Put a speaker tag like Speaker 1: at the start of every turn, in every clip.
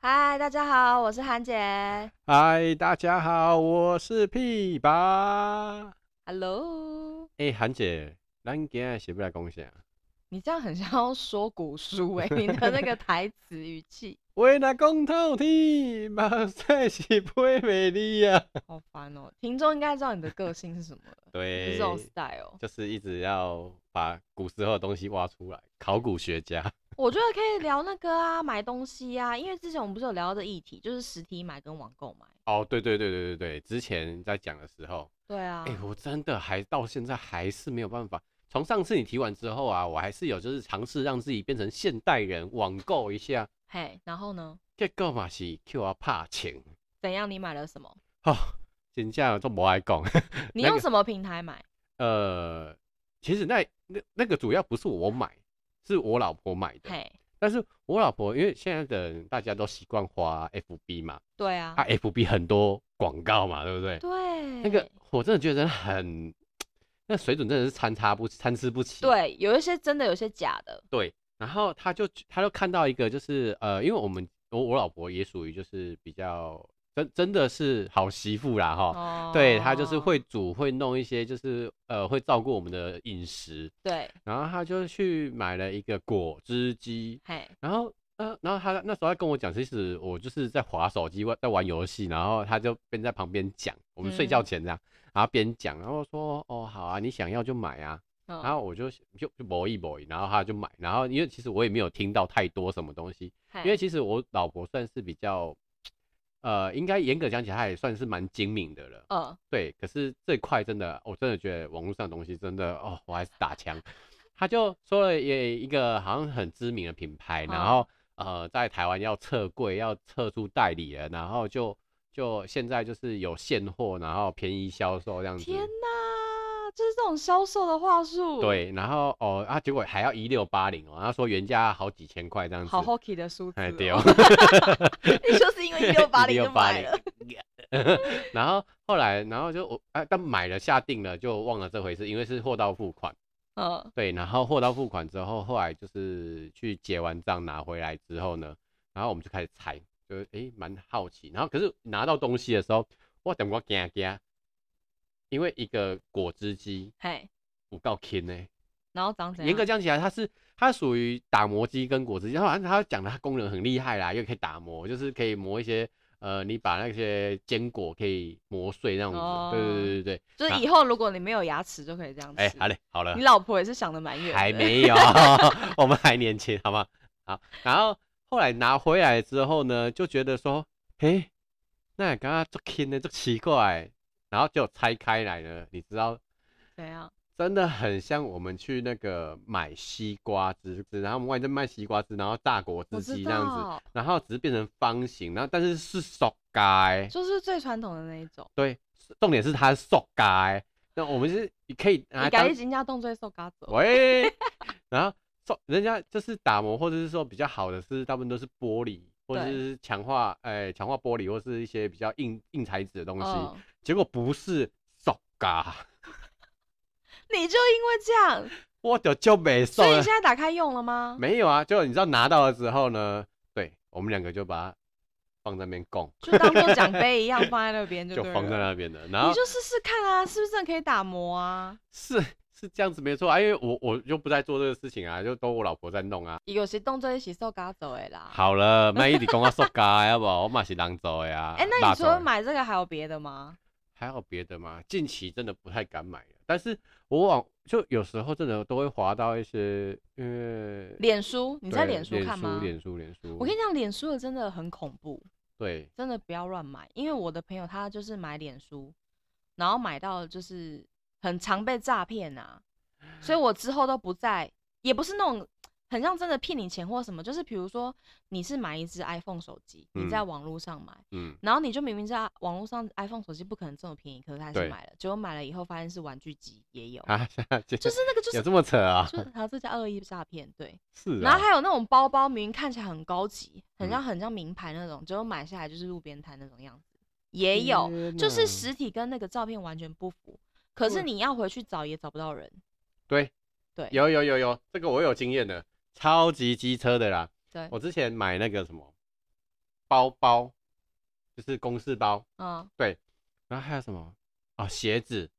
Speaker 1: 嗨，大家好，我是韩姐。
Speaker 2: 嗨，大家好，我是屁吧。
Speaker 1: Hello，
Speaker 2: 哎、韩姐，咱今日是要来讲啥？
Speaker 1: 你这样很像要说古 书哎、你的那个台词语气
Speaker 2: 为了讲透天，目屎是飞袂离啊。
Speaker 1: 好烦哦、听众应该知道你的个性是什么了，你
Speaker 2: 对
Speaker 1: 是，这种 style。哦
Speaker 2: 就是一直要把古时候的东西挖出来，考古学家。
Speaker 1: 我觉得可以聊那个啊，买东西啊，因为之前我们不是有聊到这议题，就是实体买跟网购买。
Speaker 2: 哦，对对对对对对，之前在讲的时候，
Speaker 1: 对啊，
Speaker 2: 哎、我真的还到现在还是没有办法。从上次你提完之后啊，我还是有就是尝试让自己变成现代人，网购一下，
Speaker 1: 嘿，然后呢？
Speaker 2: 结果嘛是 Q 我怕钱。
Speaker 1: 怎样？你买了什么？
Speaker 2: 哦，真正都无爱讲。
Speaker 1: 你
Speaker 2: 那
Speaker 1: 用
Speaker 2: 个
Speaker 1: 什么平台买？
Speaker 2: 呃，其实那那那个主要不是我买，是我老婆买的。
Speaker 1: 嘿，
Speaker 2: 但是我老婆因为现在的人大家都习惯花 FB 嘛，
Speaker 1: 对啊
Speaker 2: 啊，FB 很多广告嘛，对不对？
Speaker 1: 对，
Speaker 2: 那个我真的觉得很，那水准真的是参差不参差不齐。
Speaker 1: 对，有一些真的，有一些假的。
Speaker 2: 对，然后他就他就看到一个就是呃，因为我们我我老婆也属于就是比较真真的是好媳妇啦哈。
Speaker 1: 哦
Speaker 2: 对他就是会煮，会弄一些，就是呃，会照顾我们的饮食。
Speaker 1: 对，
Speaker 2: 然后他就去买了一个果汁机，
Speaker 1: 嘿，
Speaker 2: 然后呃，然后他那时候在跟我讲，其实我就是在划手机，在玩游戏，然后他就边在旁边讲，我们睡觉
Speaker 1: 嗯
Speaker 2: 前这样，然后边讲，然后说哦好啊，你想要就买啊，
Speaker 1: 然
Speaker 2: 然后我就就就搏一搏一，然后他就买，然后因为其实我也没有听到太多什么东西，因
Speaker 1: 哎
Speaker 2: 为其实我老婆算是比较。呃，应该严格讲起来，她也算是蛮精明的了。
Speaker 1: 嗯，
Speaker 2: 对，可是这块真的，我真的觉得网络上的东西真的哦，我还是打枪。他就说了也一个好像很知名的品牌，然
Speaker 1: 哦
Speaker 2: 后呃，在台湾要撤柜，要撤出代理了，然后就就现在就是有现货，然后便宜销售这样子。
Speaker 1: 天哪，就是这种销售的话术，，
Speaker 2: 对，然后哦啊，结果还要一六八零哦，他说原价好几千块这样子。
Speaker 1: 好 hockey 的数字、
Speaker 2: 哎
Speaker 1: 哦，
Speaker 2: 对哦
Speaker 1: 你就是因 为一六八零就买
Speaker 2: 1680
Speaker 1: 了，
Speaker 2: 然后后来，然后就我啊，但买了下定了，就忘了这回事，因为是货到付款。
Speaker 1: 嗯，
Speaker 2: 对，然后货到付款之后，后来就是去结完账拿回来之后呢，然后我们就开始猜，就是诶蛮好奇。然后可是拿到东西的时候，我等我惊惊，因为一个果汁机
Speaker 1: 嘿，
Speaker 2: 有够轻呢。
Speaker 1: 然后长怎样？
Speaker 2: 严格讲起来，它是它属于打磨机跟果汁机，然后反正它讲的它功能很厉害啦，又可以打磨，就是可以磨一些呃，你把那些坚果可以磨碎那样子。对对对对对，
Speaker 1: 就是以后如果你没有牙齿就可以这样吃。
Speaker 2: 啊哎、好嘞，好了
Speaker 1: 你。老婆也是想的蛮远的，
Speaker 2: 还没有，我们还年轻，好吗？好，然后后来拿回来之后呢，就觉得说，嘿，那刚刚这轻的，这奇怪，然后就拆开来了，你知道，
Speaker 1: 怎样？
Speaker 2: 真的很像我们去那个买西瓜汁，然后我们外面卖西瓜汁，然后榨果
Speaker 1: 我
Speaker 2: 汁
Speaker 1: 知
Speaker 2: 机那样子，
Speaker 1: 道，
Speaker 2: 然后只是变成方形，然后但是是塑胶的，
Speaker 1: 就是最传统的那一种。
Speaker 2: 对，重点是它是塑胶的，那我们是可以拿来
Speaker 1: 你改
Speaker 2: 当
Speaker 1: 日人家动作受嘎走，
Speaker 2: 喂， 然后说人家就是打磨，或者是说比较好的是，大部分都是玻璃，或者
Speaker 1: 对
Speaker 2: 是强化，哎、强化玻璃，或是一些比较硬硬材质的东西。
Speaker 1: 嗯，
Speaker 2: 结果不是塑胶，
Speaker 1: 你就因为这样，
Speaker 2: 我就就没送
Speaker 1: 所以
Speaker 2: 了
Speaker 1: 你现。在打开用了吗？
Speaker 2: 没有啊，就你知道拿到了之后呢，对我们两个就把它放在那边供，
Speaker 1: 就当做 奖杯一样放在那边就
Speaker 2: 就
Speaker 1: 对了。
Speaker 2: 放在那边的。然
Speaker 1: 你
Speaker 2: 后
Speaker 1: 就试试看啊，是不是真的可以打磨啊？
Speaker 2: 是是这样子没错啊，因为我我就不在做这个事情啊，就都我老婆在弄啊。
Speaker 1: 有些动作一起受嘎走哎啦。
Speaker 2: 好了，卖一直讲我塑胶的， 要不我嘛是人做的啊。
Speaker 1: 哎、那
Speaker 2: 肉
Speaker 1: 你除
Speaker 2: 做的
Speaker 1: 了买这个还有别的吗？
Speaker 2: 还有别的吗？近期真的不太敢买了，但是我往就有时候真的都会滑到一些，呃，
Speaker 1: 脸书，你在
Speaker 2: 对
Speaker 1: 脸书看吗？
Speaker 2: 脸书，脸书，
Speaker 1: 我跟你
Speaker 2: 讲，
Speaker 1: 讲，脸书的真的很恐怖，
Speaker 2: 对，
Speaker 1: 真的不要乱买。因为我的朋友他就是买脸书，然后买到就是很常被诈骗啊，所以我之后都不在，也不是那种很像真的骗你钱或什么，就是比如说你是买一只 iPhone 手机，你
Speaker 2: 嗯
Speaker 1: 在网络上买，
Speaker 2: 嗯，
Speaker 1: 然后你就明明知道网络上 iPhone 手机不可能这么便宜，可是他还是
Speaker 2: 对
Speaker 1: 买了，结果买了以后发现是玩具机也有，
Speaker 2: 啊，就
Speaker 1: 就是那个就是
Speaker 2: 有这么扯啊？
Speaker 1: 就是他这叫恶意诈骗，对。
Speaker 2: 是
Speaker 1: 然
Speaker 2: 啊嗯
Speaker 1: 后，还有那种包包，明明看起来很高级，很像很像名牌那种，结果买下来就是路边摊那种样子，也有，
Speaker 2: 天
Speaker 1: 就是
Speaker 2: 哪
Speaker 1: 实体跟那个照片完全不符。可是
Speaker 2: 对
Speaker 1: 你要回去找也找不到人，
Speaker 2: 对，
Speaker 1: 对
Speaker 2: 有有有有，这个我有经验的，超级机车的啦，
Speaker 1: 对
Speaker 2: 我之前买那个什么，包包，就是公事包，
Speaker 1: 嗯，
Speaker 2: 然后还有什么啊、鞋子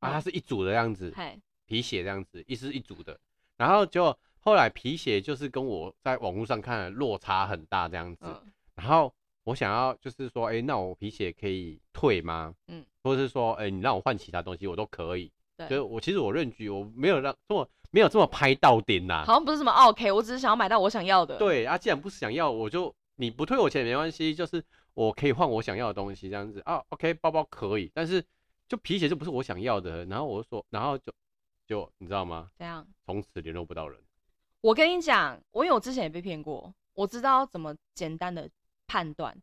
Speaker 2: 啊，
Speaker 1: 嗯
Speaker 2: 它是一组的样子，
Speaker 1: 嘿，
Speaker 2: 皮鞋这样子，一是一组的。然后就后来皮鞋就是跟我在网络上看的落差很大这样子，
Speaker 1: 嗯
Speaker 2: 然后我想要就是说，哎、那我皮鞋可以退吗？
Speaker 1: 嗯，
Speaker 2: 或者是说，哎、你让我换其他东西，我都可以。
Speaker 1: 对
Speaker 2: 就是我其实我认局，我没有让这么没有这么拍到顶啦、
Speaker 1: 好像不是什么 OK，我只是想要买到我想要的。，
Speaker 2: 啊对啊，既然不想要，我就你不退我钱也没关系，就是我可以换我想要的东西这样子啊。OK，包包可以，但是就皮鞋就不是我想要的。然后我就说，然后就就你知道吗？
Speaker 1: 这样。
Speaker 2: 从此联络不到人。
Speaker 1: 我跟你讲，我有之前也被骗过，我知道怎么简单的判断，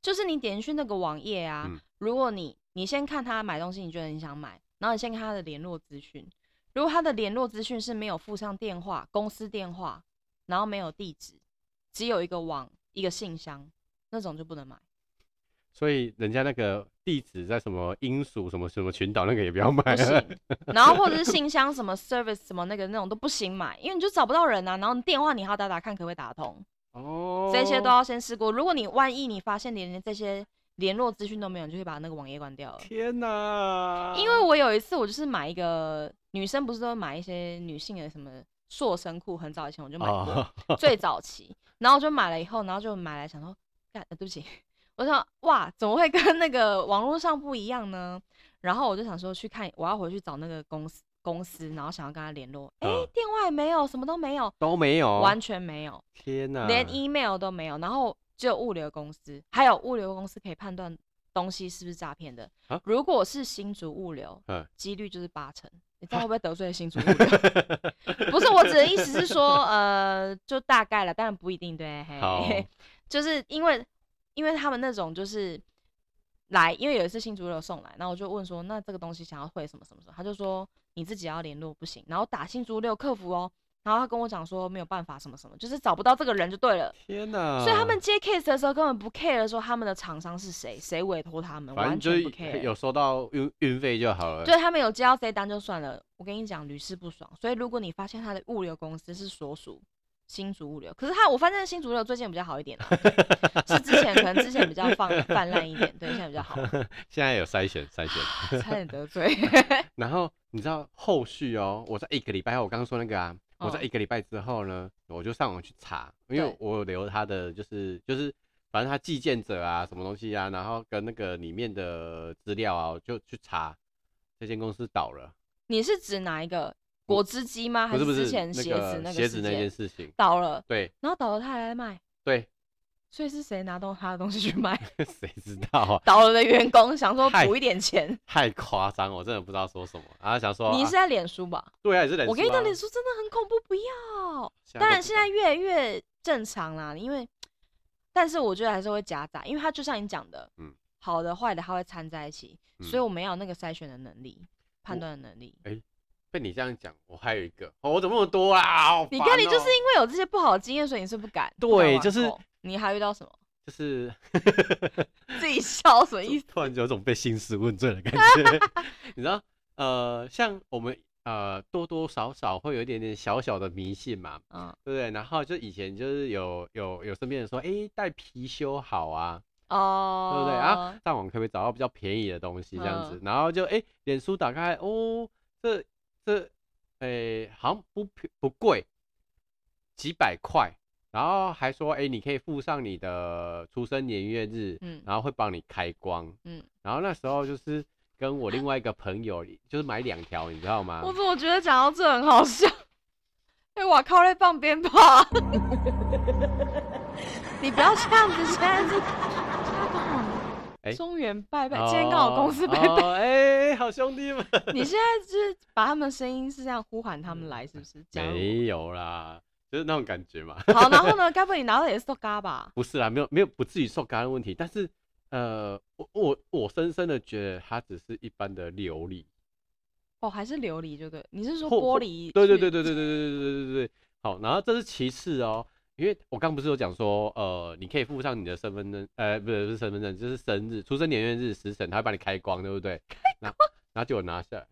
Speaker 1: 就是你点进去那个网页啊，
Speaker 2: 嗯
Speaker 1: 如果你你先看他买东西，你觉得你想买，然后你先看他的联络资讯，如果他的联络资讯是没有附上电话、公司电话，然后没有地址，只有一个网、一个信箱，那种就不能买。
Speaker 2: 所以人家那个地址在什么英属什么什么群岛那个也不要买
Speaker 1: 不
Speaker 2: 了。
Speaker 1: 行。然后或者是信箱什么 service 什么那个那种都不行买，因为你就找不到人啊。然后你电话你还要打打看可不可以打通，
Speaker 2: 哦
Speaker 1: 这些都要先试过。如果你万一你发现连这些联络资讯都没有，你就会把那个网页关掉了。
Speaker 2: 天啊哪！
Speaker 1: 因为我有一次我就是买一个女生不是都会买一些女性的什么塑身裤，很早以前我就买过，
Speaker 2: 啊，
Speaker 1: 最早期，然后我就买了以后，然后就买来想说，干、呃对不起，我想哇，怎么会跟那个网络上不一样呢？然后我就想说去看，我要回去找那个公司公司，然后想要跟他联络，哎、
Speaker 2: 嗯哦
Speaker 1: 电话也没有，什么都没有，
Speaker 2: 都没有。
Speaker 1: 完全没有，
Speaker 2: 天哪！
Speaker 1: 连 email 都没有，然后只有物流公司，还有物流公司可以判断东西是不是诈骗的。
Speaker 2: 啊
Speaker 1: 如果是新竹物流
Speaker 2: 嗯，
Speaker 1: 几率就是八 成。你知道会不会得罪新竹物流？不是，我指的意思是说，呃，就大概了，当然不一定对。
Speaker 2: 好，
Speaker 1: 嘿，就是因为因为他们那种就是来，因为有一次新竹流送来，然后我就问说，那这个东西想要会什么什么什么，他就说你自己要联络不行，然后打新竹流客服哦，然后他跟我讲说没有办法什么什么，就是找不到这个人就对了。
Speaker 2: 天哪！
Speaker 1: 所以他们接 case 的时候根本不 care 说他们的厂商是谁，谁委托他们，
Speaker 2: 反
Speaker 1: 完
Speaker 2: 正
Speaker 1: 全
Speaker 2: 就
Speaker 1: 不
Speaker 2: 是
Speaker 1: care。
Speaker 2: 有收到运运费就好了。
Speaker 1: 对他们有接到这一单就算了，我跟你讲屡试不爽。所以如果你发现他的物流公司是所属新竹物流，可是他我发现新竹物流最近比较好一 点了，对是之前可能之前比较放泛滥一点，对，现在比较好，
Speaker 2: 现在有筛选筛 选。
Speaker 1: 差点得罪。
Speaker 2: 然后你知道后续哦，我在一个礼拜后，我刚刚说那个啊，我在
Speaker 1: 嗯
Speaker 2: 一个礼拜之后呢，我就上网去查，因为
Speaker 1: 对
Speaker 2: 我有留他的就是就是，反正他寄件者啊什么东西啊，然后跟那个里面的资料啊，我就去查，这间公司倒了，
Speaker 1: 你是指哪一个果汁机吗？还
Speaker 2: 不是不是
Speaker 1: 之前鞋子那
Speaker 2: 那个
Speaker 1: 个
Speaker 2: 鞋子
Speaker 1: 事
Speaker 2: 那
Speaker 1: 件
Speaker 2: 件事情，
Speaker 1: 倒了，
Speaker 2: 对
Speaker 1: 然后倒了他还来卖，
Speaker 2: 对，
Speaker 1: 所以是谁拿到他的东西去卖？
Speaker 2: 谁知道啊，
Speaker 1: 倒了的员工想说
Speaker 2: 嗨
Speaker 1: 补一点钱。
Speaker 2: 太夸张，我真的不知道说什么，然后想说
Speaker 1: 你
Speaker 2: 啊
Speaker 1: 是在脸书吧？
Speaker 2: 对啊，也是
Speaker 1: 我跟你
Speaker 2: 讲
Speaker 1: 讲，脸书真的很恐怖，不要。当
Speaker 2: 当
Speaker 1: 然现在越来越正常啦，因为，但是我觉得还是会夹杂，因为它就像你讲的，
Speaker 2: 嗯
Speaker 1: 好的坏的它会掺在一起，
Speaker 2: 嗯
Speaker 1: 所以我们要有那个筛选的能力、判
Speaker 2: 我
Speaker 1: 断的能力。
Speaker 2: 被你这样讲，我还有一个，哦，我怎么那么多啊？好
Speaker 1: 你
Speaker 2: 烦
Speaker 1: 看，你就
Speaker 2: 哦
Speaker 1: 是因为有这些不好的经验，所以你是不敢。不
Speaker 2: 对
Speaker 1: 敢玩
Speaker 2: 就是
Speaker 1: 够哦你还遇到什么？
Speaker 2: 就是
Speaker 1: 自己笑什么意思？
Speaker 2: 突然就有种被兴师问罪的感觉。 你知道，呃，像我们呃多多少少会有一点点小小的迷信嘛，
Speaker 1: 嗯，
Speaker 2: 对不对？然后就以前就是有有有身边人说，哎，带貔貅好啊，
Speaker 1: 哦，
Speaker 2: 对不对啊？？上网可不可以找到比较便宜的东西这样子？
Speaker 1: 嗯
Speaker 2: 然后就哎，脸书打开，哦，这这，哎，好像不便不贵，几百块。然后还说，哎，你可以附上你的出生年月日，
Speaker 1: 嗯
Speaker 2: 然后会帮你开光，
Speaker 1: 嗯，
Speaker 2: 然后那时候就是跟我另外一个朋友，就是买两条，你知道吗
Speaker 1: 我？怎么觉得讲到这很好笑？哎、我靠，在放鞭炮、啊你不要这样子，现在是现在刚好
Speaker 2: 哎
Speaker 1: 中原拜拜，今天刚好公司拜拜。
Speaker 2: 哦哎、好兄弟 们，
Speaker 1: 你现在就是把他们声音是这样呼喊他们来，是不是？加入
Speaker 2: 没有啦，就是那种感觉嘛。
Speaker 1: 好，然后呢？该不会你拿到也是豆嘎吧？
Speaker 2: 不是啦，没有没有不至于受感染问题，但是呃，我我我深深的觉得它只是一般的琉璃，
Speaker 1: 哦，还是琉璃就对。你是说
Speaker 2: 或
Speaker 1: 玻璃？
Speaker 2: 对对对对对对对对对对对。好，然后这是其次哦，因为我刚不是有讲说，呃，你可以附上你的身份证，呃，不是不是身份证，就是生日、出生年月日、时辰，他会帮你开光，对不对？然后然后结果拿下来，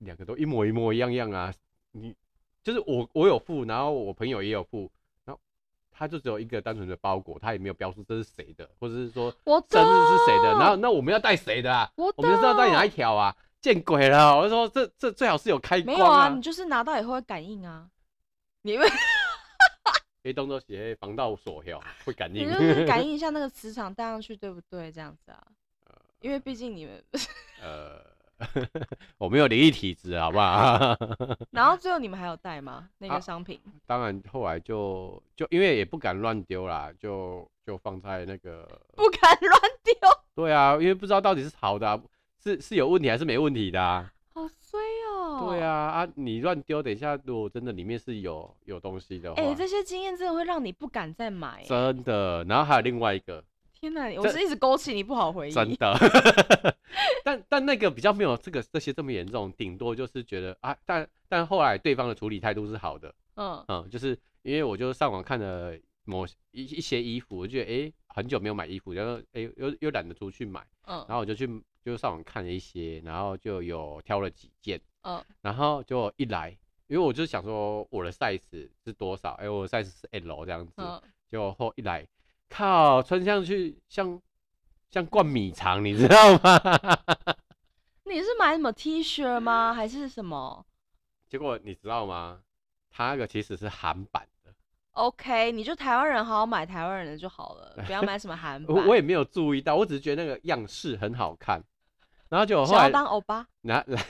Speaker 2: 两个都一模一模一样样啊！你就是我，我有付，然后我朋友也有付，然后它就只有一个单纯的包裹，它也没有标注这是谁的，或者是说
Speaker 1: 我
Speaker 2: 生日是谁的，
Speaker 1: 懂
Speaker 2: 然后那我们要带谁的啊？
Speaker 1: 哦我
Speaker 2: 我们就是要带
Speaker 1: 懂
Speaker 2: 哪一条啊？见鬼了！我就说这这最好是有开
Speaker 1: 没
Speaker 2: 光
Speaker 1: 有啊，
Speaker 2: 啊
Speaker 1: 你，就是拿到以后会感应啊，你会
Speaker 2: 黑动作写防盗 锁哟，会感
Speaker 1: 你
Speaker 2: 应
Speaker 1: 就。 是感应一下那个磁场带上去，对不对？这样子啊，因为毕竟你们，
Speaker 2: 呃， 我没有灵异体质，好 不好？
Speaker 1: 然后最后你们还有带吗？那
Speaker 2: 啊
Speaker 1: 个商品？
Speaker 2: 当然后来就就因为也不敢乱丢啦，就就放在那个
Speaker 1: 不敢乱 丢，
Speaker 2: 对啊，因为不知道到底是好的啊、是是有问题还是没问题的啊。
Speaker 1: 好衰哦。
Speaker 2: 对啊，啊，你乱丢，等一下如果真的里面是有有东西的话，
Speaker 1: 哎、这些经验真的会让你不敢再买、欸。
Speaker 2: 真的。然后还有另外一个，
Speaker 1: 天哪，我是一直勾起你不好回忆。
Speaker 2: 真的， 但但那个比较没有这个这些这么严重，顶多就是觉得啊，但但后来对方的处理态度是好的，
Speaker 1: 嗯，
Speaker 2: 嗯，就是因为我就上网看了某一一些衣服，我就觉得哎、诶很久没有买衣服，然后哎、诶又又懒得出去买，
Speaker 1: 嗯
Speaker 2: 然后我就去就上网看了一些，然后就有挑了几件，
Speaker 1: 嗯，
Speaker 2: 然后就一来，因为我就想说我的 size 是多少，哎、我的 size 是 L 这样子，
Speaker 1: 嗯，
Speaker 2: 结果后一来，靠，穿上去像像灌米肠，你知道吗？
Speaker 1: 你是买什么 T 恤吗？还是什么
Speaker 2: 结果你知道吗？它那个其实是韩版的，
Speaker 1: ？OK，你就台湾人好好买台湾人的就好了，不要买什么韩版。
Speaker 2: 我我也没有注意到，我只是觉得那个样式很好看，然后就后
Speaker 1: 想要
Speaker 2: 来
Speaker 1: 当欧巴，
Speaker 2: 拿 来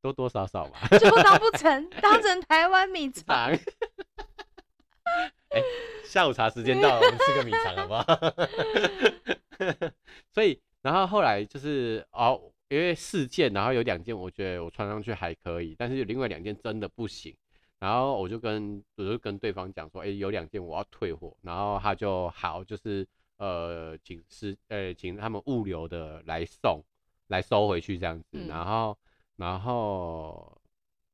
Speaker 2: 多多少少吧，
Speaker 1: 结果当不成，当成台湾米 肠。
Speaker 2: 哎、下午茶时间到了，我们吃个米肠好不好？ 所以，然后后来就是哦，因为四件，然后有两件我觉得我穿上去还可以，但是有另外两件真的不行。然后我就跟我就跟对方讲说，哎、有两件我要退货，然后他就好，就是呃，请是呃，请他们物流的来送，来收回去这样子。
Speaker 1: 嗯
Speaker 2: 然后然后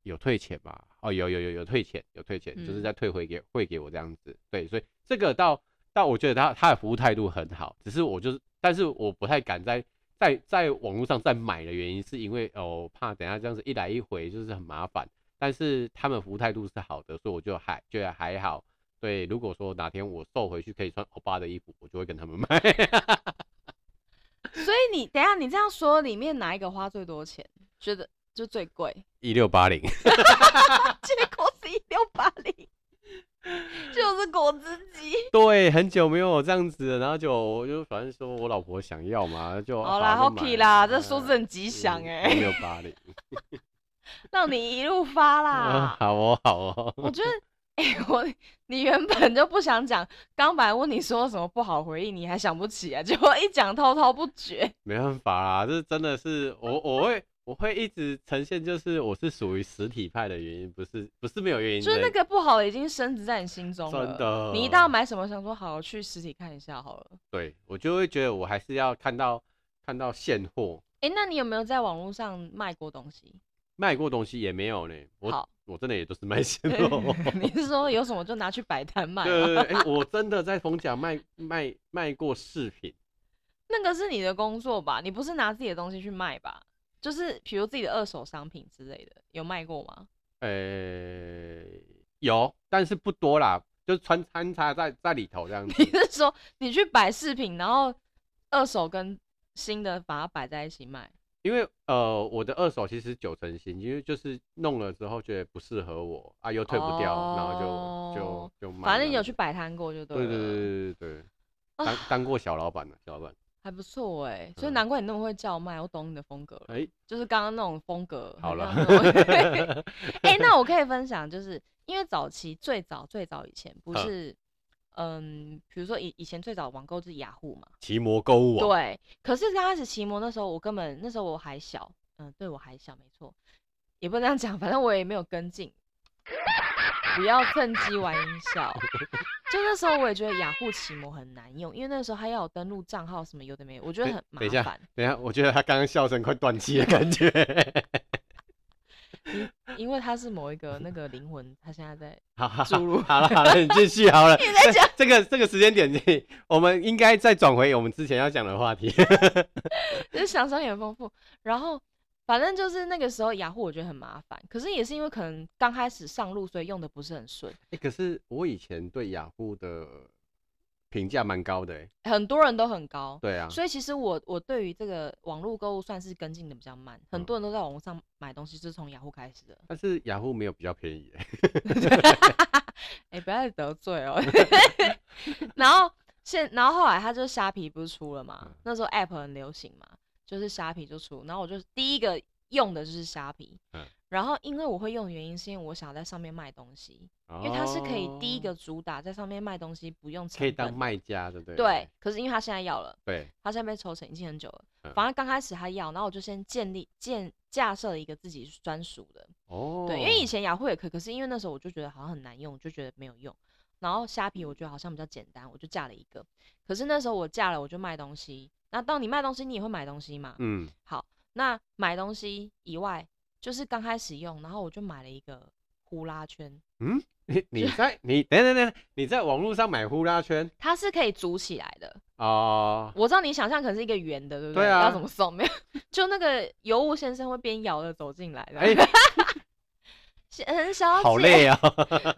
Speaker 2: 有退钱嘛？哦，有有有有退钱，有退钱，就是
Speaker 1: 嗯
Speaker 2: 再退回给汇给我这样子。对，所以这个到到我觉得他他的服务态度很好，只是我就是，但是我不太敢在在在网络上再买的原因，是因为哦我怕等一下这样子一来一回就是很麻烦。但是他们服务态度是好的，所以我就还觉得还好。对，如果说哪天我瘦回去可以穿欧巴的衣服，我就会跟他们买。
Speaker 1: 所以你等一下，你这样说，里面哪一个花最多钱？觉得就最贵，
Speaker 2: 一六八零，
Speaker 1: 结果是一六八 零，就是果汁机。
Speaker 2: 对，很久没有这样子了，然后就我就反正说我老婆想要嘛，就
Speaker 1: 好啦
Speaker 2: 哦就买嗯
Speaker 1: ，Hockey 啦，这数字很吉祥
Speaker 2: 一
Speaker 1: 哎，
Speaker 2: 六八零
Speaker 1: 让你一路发
Speaker 2: 啊，
Speaker 1: 啦。
Speaker 2: 好哦，好哦，
Speaker 1: 我觉得， 哎、我你原本就不想讲，刚本来问你说什么不好回忆，你还想不起 啊，结果一讲滔滔不绝。
Speaker 2: 没办法啦，这真的是我我会我会一直呈现，就是我是属于实体派的原因，不是不是没有原因
Speaker 1: 就
Speaker 2: 的，
Speaker 1: 是那个不好的已经升值在你心中了。
Speaker 2: 真的
Speaker 1: 你一到买什么，想说好去实体看一下好了。
Speaker 2: 对我就会觉得我还是要看到看到现货，
Speaker 1: 哎、那你有没有在网络上卖过东 西？
Speaker 2: 卖过东西也没有呢，我
Speaker 1: 好
Speaker 2: 我真的也都是卖现 货。
Speaker 1: 你是说有什么就拿去摆摊卖
Speaker 2: 对
Speaker 1: 吗？
Speaker 2: 对对，哎、我真的在逢甲卖卖卖过饰品，
Speaker 1: 那个是你的工作吧？你不是拿自己的东西去卖吧？就是比如自己的二手商品之类的，有卖过吗？
Speaker 2: 呃，有，但是不多啦，就是穿穿插在在里头这样
Speaker 1: 你
Speaker 2: 子。
Speaker 1: 是说你去摆饰品，然后二手跟新的把它摆在一起卖？
Speaker 2: 因为呃，我的二手其实九成新，因为就是弄了之后觉得不适合我啊，又退不掉，然后就就
Speaker 1: 哦
Speaker 2: 就卖
Speaker 1: 反
Speaker 2: 这
Speaker 1: 正你有
Speaker 2: 样
Speaker 1: 去
Speaker 2: 子。
Speaker 1: 摆摊过就对
Speaker 2: 对
Speaker 1: 了，
Speaker 2: 对对对 对，
Speaker 1: 啊
Speaker 2: 当当过小老板的小老板。
Speaker 1: 还不错哎、所以
Speaker 2: 嗯
Speaker 1: 难怪你那么会叫卖，我懂你的风格了，
Speaker 2: 哎、
Speaker 1: 就是刚刚那种风格。
Speaker 2: 好了
Speaker 1: 很像那种 哎、那我可以分享，就是因为早期最早最早以前不
Speaker 2: 嗯
Speaker 1: 是，嗯，比如说以以前最早网购是雅虎嘛，
Speaker 2: 奇摩购物网，
Speaker 1: 对，可是刚开始骑摩那时候，我根本那时候我还小，嗯，对我还小，没错，也不能这样讲，反正我也没有跟进。不要趁机玩音效。就那时候我也觉得雅虎奇摩很难用，因为那时候还要有登录账号什么有的没有，我觉得
Speaker 2: 等
Speaker 1: 很麻
Speaker 2: 等一下
Speaker 1: 烦。
Speaker 2: 等一下，我觉得他刚刚笑声快断气的感觉。
Speaker 1: 因为它是某一个那个灵魂，它现在 在
Speaker 2: 好好
Speaker 1: 注入
Speaker 2: 好了好了，你继续好了。 你
Speaker 1: 在讲
Speaker 2: 这个这个时间点，你我们应该再转回我们之前要讲的话题。
Speaker 1: 就是想象也很丰富。然后反正就是那个时候雅虎我觉得很麻烦，可是也是因为可能刚开始上路，所以用的不是很顺。
Speaker 2: 哎、可是我以前对雅虎的评价蛮高的、欸，
Speaker 1: 很多人都很高，
Speaker 2: 对啊，
Speaker 1: 所以其实我我对于这个网络购物算是跟进的比较慢，很
Speaker 2: 嗯
Speaker 1: 多人都在网络上买东西，就是从雅虎开始的。
Speaker 2: 但是雅虎没有比较便宜、 欸，
Speaker 1: 哎、不要再得罪哦。 然后现，然后后来他就虾皮不是出了嘛
Speaker 2: 嗯，
Speaker 1: 那时候 App 很流行嘛，就是虾皮就出，然后我就第一个用的就是虾皮。
Speaker 2: 嗯
Speaker 1: 然后，因为我会用的原因，是因为我想在上面卖东西，因为它是可以第一个
Speaker 2: 哦
Speaker 1: 主打在上面卖东西，不用成
Speaker 2: 可以当
Speaker 1: 本
Speaker 2: 卖家，对不对？
Speaker 1: 对。可是因为他现在要了，
Speaker 2: 对，
Speaker 1: 他现在被抽成已经很久了。
Speaker 2: 嗯
Speaker 1: 反正刚开始他要，然后我就先建立建架设了一个自己专属的，
Speaker 2: 哦，
Speaker 1: 对，因为以前雅虎也可以，可是因为那时候我就觉得好像很难用，就觉得没有用。然后虾皮我
Speaker 2: 嗯
Speaker 1: 觉得好像比较简单，我就架了一个。可是那时候我架了，我就卖东西。那当你卖东西，你也会买东西嘛？
Speaker 2: 嗯，
Speaker 1: 好，那买东西以外，就是刚开始用，然后我就买了一个呼啦圈，
Speaker 2: 你 你在你等等等，你在网络上买呼啦圈
Speaker 1: 它是可以组起来的。
Speaker 2: 哦，
Speaker 1: 我知道你想象可能是一个圆的，对不对？
Speaker 2: 对啊
Speaker 1: 要怎么送？没 有，就那个油雾先生会边摇着走进来的。
Speaker 2: 哎、
Speaker 1: 小嗯，小姐，
Speaker 2: 好累 啊、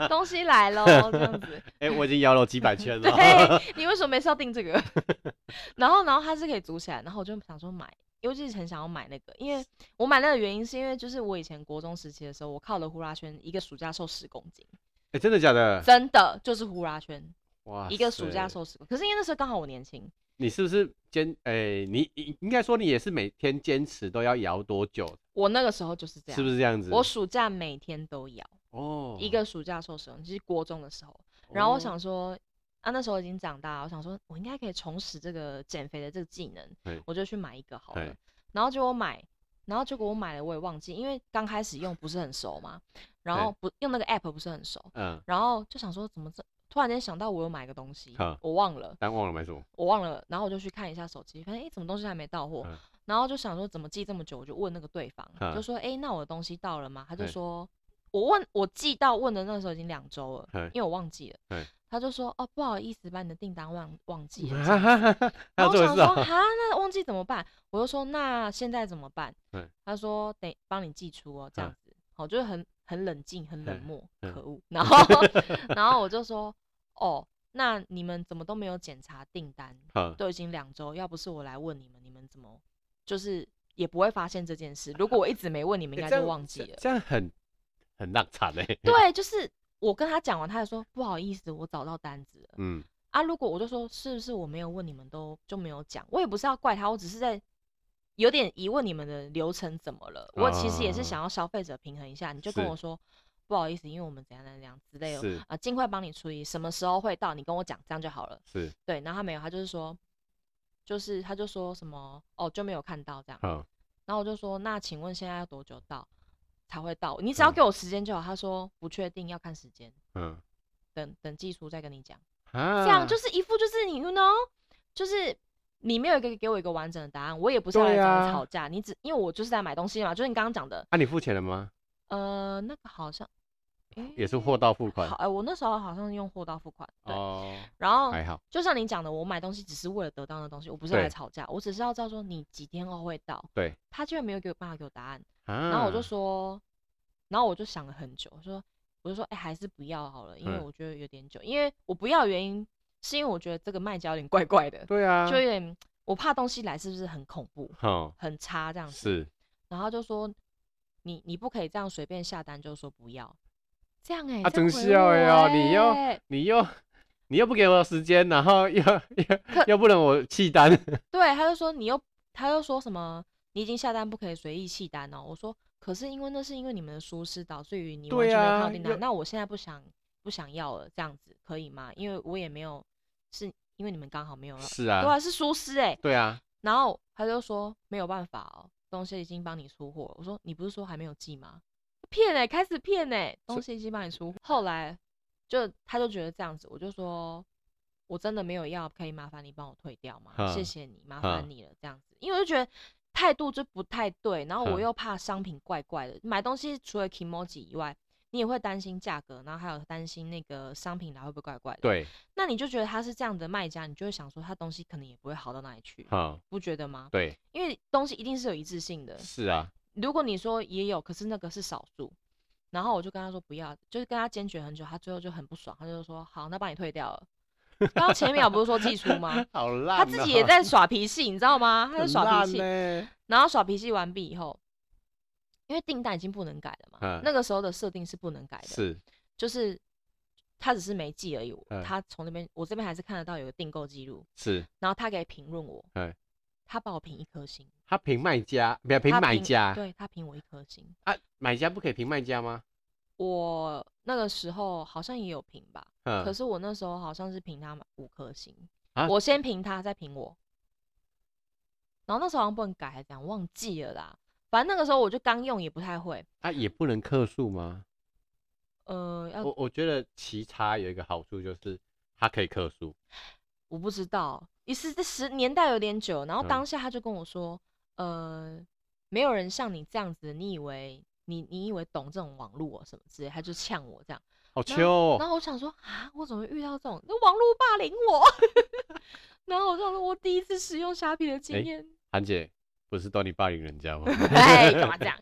Speaker 1: 东西来 喽，这样子。
Speaker 2: 哎、我已经摇了几百圈了。
Speaker 1: 对，你为什么每次要订这个？ 然后，然后它是可以组起来，然后我就想说买，尤其是很想要买那个，因为我买那个原因是因为就是我以前国中时期的时候，我靠了呼啦圈，一个暑假瘦十公斤，
Speaker 2: 哎、真的假的？
Speaker 1: 真的就是呼啦圈，
Speaker 2: 哇
Speaker 1: 一个暑
Speaker 2: 塞
Speaker 1: 假瘦十公斤。可是因为那时候刚好我年轻，
Speaker 2: 你是不是坚？哎、你你应该说你也是每天坚持都要摇多久？
Speaker 1: 我那个时候就是这样，
Speaker 2: 是不是这样子？
Speaker 1: 我暑假每天都要。
Speaker 2: 哦，
Speaker 1: 一个暑假瘦十公斤，就是国中的时候。然后我
Speaker 2: 哦
Speaker 1: 想说，啊，那时候已经长大了，我想说我应该可以重拾这个减肥的这个技能
Speaker 2: 嘿，
Speaker 1: 我就去买一个好了
Speaker 2: 嘿。
Speaker 1: 然后结果买，然后结果我买了，我也忘记，因为刚开始用不是很熟嘛，然
Speaker 2: 嘿
Speaker 1: 后不用那个 app 不是很熟，
Speaker 2: 嗯，
Speaker 1: 然后就想说怎么这。突然间想到我有买个东西
Speaker 2: 哈，
Speaker 1: 我忘了，
Speaker 2: 但忘了买什么。
Speaker 1: 我忘了，然后我就去看一下手机，发现哎、诶怎么东西还没到货，
Speaker 2: 嗯
Speaker 1: 然后就想说怎么寄这么久，我就问那个对方，
Speaker 2: 嗯
Speaker 1: 就说哎、诶那我的东西到了吗？他就
Speaker 2: 嘿
Speaker 1: 说，我问我寄到问的那时候已经两周了
Speaker 2: 嘿，
Speaker 1: 因为我忘记了
Speaker 2: 嘿，
Speaker 1: 他就说哦不好意思，把你的订单忘忘记了。这样
Speaker 2: 还
Speaker 1: 然后
Speaker 2: 有
Speaker 1: 我
Speaker 2: 这
Speaker 1: 想
Speaker 2: 回事
Speaker 1: 说
Speaker 2: 啊、
Speaker 1: 哈，那忘记怎么办？我就说那现在怎么办
Speaker 2: 嘿？
Speaker 1: 他说得帮你寄出哦，这样
Speaker 2: 嗯
Speaker 1: 子，好，就是很很冷静，很冷
Speaker 2: 嗯
Speaker 1: 漠，
Speaker 2: 嗯
Speaker 1: 可恶。然后 然后我就说哦，那你们怎么都没有检查订单？
Speaker 2: 嗯
Speaker 1: 都已经两周，要不是我来问你们，你们怎么就是也不会发现这件事？如果我一直没问，你们
Speaker 2: 欸
Speaker 1: 应该
Speaker 2: 这
Speaker 1: 就
Speaker 2: 样
Speaker 1: 忘记
Speaker 2: 这
Speaker 1: 了。
Speaker 2: 这样很很浪惨哎、
Speaker 1: 对，就是我跟他讲完，他就说不好意思，我找到单子了
Speaker 2: 嗯，
Speaker 1: 啊。如果我就说是不是我没有问你们都就没有讲，我也不是要怪他，我只是在有点疑问你们的流程怎么了。我其实也是
Speaker 2: 啊
Speaker 1: 想要消费者平衡一下，你就跟
Speaker 2: 是
Speaker 1: 我说不好意思，因为我们怎样怎样怎样之类的。
Speaker 2: 是
Speaker 1: 啊，尽快帮你处理，什么时候会到，你跟我讲，这样就好了。
Speaker 2: 是，
Speaker 1: 对，然后他没有，他就是说，就是他就说什么哦就没有看到这样，
Speaker 2: 好，
Speaker 1: 然后我就说那请问现在要多久到才会到？你只要给我时间就好。他说不确定，要看时间，
Speaker 2: 嗯，
Speaker 1: 等等技术再跟你讲。
Speaker 2: 啊
Speaker 1: 这样就是一副就是你 you know，就是你没有一个给我一个完整的答案，我也不是要来
Speaker 2: 对
Speaker 1: 找你
Speaker 2: 啊
Speaker 1: 吵架，你只因为我就是在买东西嘛，就是你刚刚讲的，
Speaker 2: 啊，你付钱了吗？
Speaker 1: 呃，那个好像
Speaker 2: 也是
Speaker 1: 诶
Speaker 2: 货到付款
Speaker 1: 好，哎、我那时候好像用货到付款，对，
Speaker 2: 哦，
Speaker 1: 然后
Speaker 2: 还好，
Speaker 1: 就像你讲的，我买东西只是为了得到那东西，我不是来
Speaker 2: 对
Speaker 1: 吵架，我只是要知道说你几天后会到。
Speaker 2: 对，
Speaker 1: 他居然没有给我办法给我答案，
Speaker 2: 啊，
Speaker 1: 然后我就说，然后我就想了很久，我说我就说，哎、还是不要好了，因为
Speaker 2: 嗯
Speaker 1: 我觉得有点久，因为我不要的原因是因为我觉得这个卖家有点怪怪的，
Speaker 2: 对啊，
Speaker 1: 就有点我怕东西来是不是很恐怖、
Speaker 2: 好、
Speaker 1: 很差这样子，
Speaker 2: 是，
Speaker 1: 然后他就说你你不可以这样随便下单就说不要，这样哎、欸，
Speaker 2: 啊
Speaker 1: 这样
Speaker 2: 真
Speaker 1: 回
Speaker 2: 是要
Speaker 1: 我
Speaker 2: 欸哦你要
Speaker 1: 欸
Speaker 2: 你又你又不给我时间，然后又
Speaker 1: 可嗯
Speaker 2: 又又不能我弃单，
Speaker 1: 对，他就说你又，他又说什么你已经下单不可以随意弃单哦。我说可是因为那是因为你们的疏失导致于你完
Speaker 2: 对
Speaker 1: 全没有看
Speaker 2: 啊
Speaker 1: 到订单，
Speaker 2: 又
Speaker 1: 那我现在不想不想要了，这样子可以吗？因为我也没有，是因为你们刚好没有要，
Speaker 2: 是
Speaker 1: 对
Speaker 2: 啊，
Speaker 1: 啊，是疏失哎。
Speaker 2: 对啊，
Speaker 1: 然后他就说没有办法哦，东西已经帮你出货了。我说你不是说还没有寄吗？骗哎、开始骗哎、东西已经帮你出货。后来就他就觉得这样子，我就说我真的没有要，可以麻烦你帮我退掉吗？谢
Speaker 2: 嗯
Speaker 1: 谢你，麻烦
Speaker 2: 嗯
Speaker 1: 你了，这样子，因为我就觉得。态度就不太对，然后我
Speaker 2: 嗯
Speaker 1: 又怕商品怪怪的。买东西除了 emoji 以外，你也会担心价格，然后还有担心那个商品来会不会怪怪的。，
Speaker 2: 对，
Speaker 1: 那你就觉得他是这样的卖家，你就会想说他东西可能也不会好到哪里去，
Speaker 2: 好、
Speaker 1: 不觉得吗？
Speaker 2: 对，
Speaker 1: 因为东西一定是有一致性的，
Speaker 2: 是啊，
Speaker 1: 如果你说也有，可是那个是少数，然后我就跟他说不要，就是跟他坚决很久，他最后就很不爽，他就说好，那把你退掉了。然后前一秒不是说寄出 吗？
Speaker 2: 好烂、哦
Speaker 1: 他自己也，在耍脾气，你知道吗？他在
Speaker 2: 很
Speaker 1: 耍脾
Speaker 2: 烂欸
Speaker 1: 气，
Speaker 2: 呢。
Speaker 1: 然后耍脾气完毕以后，因为订单已经不能改了嘛，
Speaker 2: 嗯
Speaker 1: 那个时候的设定是不能改的，
Speaker 2: 是，
Speaker 1: 就是他只是没寄而已，
Speaker 2: 嗯
Speaker 1: 他从那边我这边还是看得到有个订购记录，
Speaker 2: 是
Speaker 1: 然后他给评论我
Speaker 2: 嗯，
Speaker 1: 他帮我评一颗星，
Speaker 2: 他评卖家，不要评
Speaker 1: 他
Speaker 2: 买家
Speaker 1: 对他评我一颗星，
Speaker 2: 啊，买家不可以评卖家吗？
Speaker 1: 我那个时候好像也有评吧，
Speaker 2: 嗯，
Speaker 1: 可是我那时候好像是评他五颗星，
Speaker 2: 啊
Speaker 1: 我先评他，再评我。然后那时候好像不能改，还是怎样忘记了啦。反正那个时候我就刚用，也不太会。
Speaker 2: 啊，也不能客诉吗？
Speaker 1: 呃，要
Speaker 2: 我我觉得奇差有一个好处就是它可以客诉，
Speaker 1: 我不知道，也是这十年代有点久。然后
Speaker 2: 嗯
Speaker 1: 当下他就跟我说，呃，没有人像你这样子，你以为你你以为懂这种网络、哦、什么之类，他就呛我这样。
Speaker 2: 好
Speaker 1: 那
Speaker 2: 秋、哦
Speaker 1: 然。后我想说啊，我怎么会遇到这种那网络霸凌我？ 然后我就想说，我第一次使用虾皮的
Speaker 2: 诶
Speaker 1: 经验。
Speaker 2: 韩姐不是都你霸凌人家 吗？
Speaker 1: 哎，干嘛这样？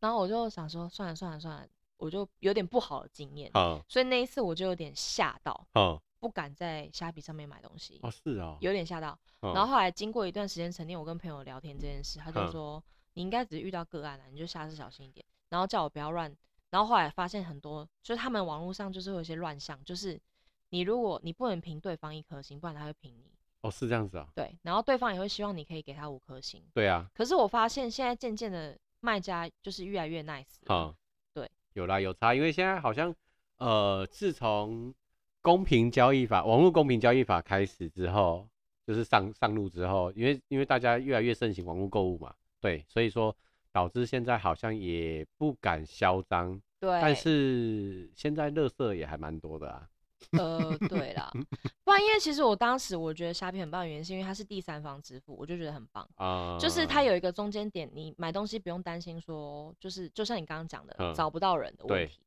Speaker 1: 然后我就想说，算了算了算了，我就有点不好的经验，
Speaker 2: 好
Speaker 1: 所以那一次我就有点吓到，
Speaker 2: 好
Speaker 1: 不敢在虾皮上面买东西，
Speaker 2: 哦，是哦。
Speaker 1: 有点吓到。
Speaker 2: 嗯，
Speaker 1: 然后后来经过一段时间沉淀，我跟朋友聊天这件事，他就
Speaker 2: 嗯
Speaker 1: 说你应该只是遇到个案了，你就下次小心一点。然后叫我不要乱。然后后来发现很多，就是他们网络上就是会有一些乱象，就是你如果你不能评对方一颗星，不然他会评你。
Speaker 2: 哦是这样子啊，
Speaker 1: 对，然后对方也会希望你可以给他五颗星。
Speaker 2: 对啊，
Speaker 1: 可是我发现现在渐渐的卖家就是越来越 nice，了、
Speaker 2: 好，
Speaker 1: 对，
Speaker 2: 有啦有差，因为现在好像呃，自从公平交易法、网络公平交易法开始之后，就是上上路之后，因为因为大家越来越盛行网络购物嘛，对，所以说导致现在好像也不敢嚣张，
Speaker 1: 对，
Speaker 2: 但是现在乐色也还蛮多的啊，
Speaker 1: 呃，对 啦，不然因为其实我当时我觉得虾皮很棒的原因是因为它是第三方支付，我就觉得很棒，
Speaker 2: 啊、
Speaker 1: 就是它有一个中间点，你买东西不用担心说就是就像你刚刚讲的、
Speaker 2: 嗯
Speaker 1: 找不到人的问
Speaker 2: 对
Speaker 1: 题，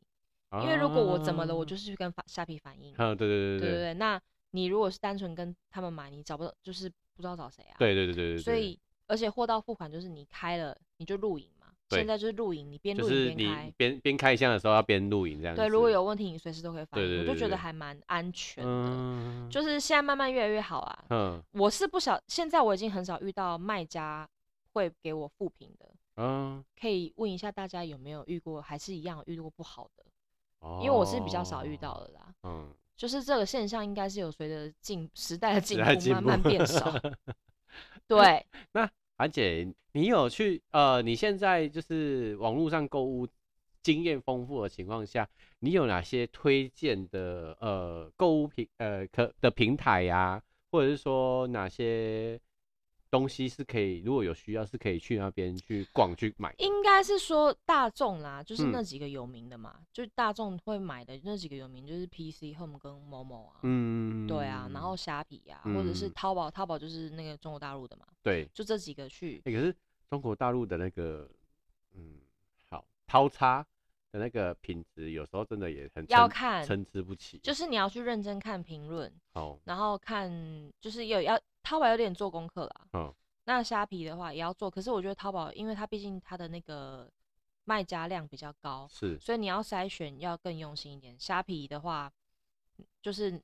Speaker 2: 啊，
Speaker 1: 因为如果我怎么了，我就是去跟发虾皮反映，
Speaker 2: 嗯，对对
Speaker 1: 对
Speaker 2: 对
Speaker 1: 对
Speaker 2: 对
Speaker 1: 对，那你如果是单纯跟他们买，你找不到就是不知道找谁啊，
Speaker 2: 对对对对对，
Speaker 1: 所以而且货到付款就是你开了你就录影嘛，现
Speaker 2: 对
Speaker 1: 在就是录影，你边
Speaker 2: 就
Speaker 1: 录
Speaker 2: 是
Speaker 1: 影边
Speaker 2: 你
Speaker 1: 开。
Speaker 2: 边边开箱的时候要边录影这样子。
Speaker 1: 对，如果有问题，你随时都可以反
Speaker 2: 对
Speaker 1: 映，
Speaker 2: 对
Speaker 1: 我
Speaker 2: 对
Speaker 1: 就觉
Speaker 2: 对
Speaker 1: 得还蛮安全的。
Speaker 2: 嗯，
Speaker 1: 就是现在慢慢越来越好啊。
Speaker 2: 嗯
Speaker 1: 我是不晓，现在我已经很少遇到卖家会给我负评的，
Speaker 2: 嗯，
Speaker 1: 可以问一下大家有没有遇过，还是一样遇过不好的？
Speaker 2: 哦
Speaker 1: 因为我是比较少遇到。的啦。
Speaker 2: 嗯，
Speaker 1: 就是这个现象应该是有随着进时代的进
Speaker 2: 时代
Speaker 1: 步
Speaker 2: 进
Speaker 1: 慢慢
Speaker 2: 步
Speaker 1: 变少。对，
Speaker 2: 韩姐，你有去呃，你现在就是网络上购物经验丰富的情况下，你有哪些推荐的呃购物平呃可的平台呀、或者是说哪些东西是可以，如果有需要是可以去那边去逛去买的？
Speaker 1: 应该是说大众啦，就是
Speaker 2: 嗯
Speaker 1: 那几个有名的嘛，就大众会买的那几个有名，就是 PC Home 跟 Momo 啊。
Speaker 2: 嗯，
Speaker 1: 对啊，然后虾皮啊，或者是
Speaker 2: 嗯
Speaker 1: 淘宝，淘宝就是那个中国大陆的嘛，
Speaker 2: 对，
Speaker 1: 就这几个去。
Speaker 2: 欸可是中国大陆的那个，嗯，好掏叉的那个品质，有时候真的也很
Speaker 1: 要
Speaker 2: 参
Speaker 1: 看
Speaker 2: 参差不齐。
Speaker 1: 就是你要去认真看评论，
Speaker 2: 哦，
Speaker 1: 然后看就是有要淘宝有点做功课啦。
Speaker 2: 嗯
Speaker 1: 那虾皮的话也要做，可是我觉得淘宝，因为它毕竟它的那个卖家量比较高，
Speaker 2: 是
Speaker 1: 所以你要筛选要更用心一点。虾皮的话，就是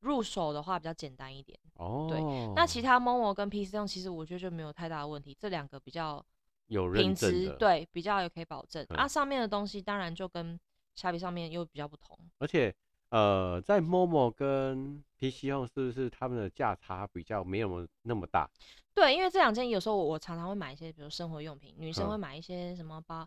Speaker 1: 入手的话比较简单一点。
Speaker 2: 哦，
Speaker 1: 那其他 Momo 跟 PC 用，其实我觉得就没有太大的问题，这两个比较
Speaker 2: 有认
Speaker 1: 品
Speaker 2: 证
Speaker 1: 质
Speaker 2: 的，，
Speaker 1: 对比较也可以保证。
Speaker 2: 嗯
Speaker 1: 啊，上面的东西当然就跟虾皮上面又比较不同。
Speaker 2: 而且呃，在 Momo 跟 PC Home 是不是他们的价差比较没有那么大？
Speaker 1: 对，因为这两件有时候我我常常会买一些，比如生活用品，女生
Speaker 2: 嗯
Speaker 1: 会买一些什么包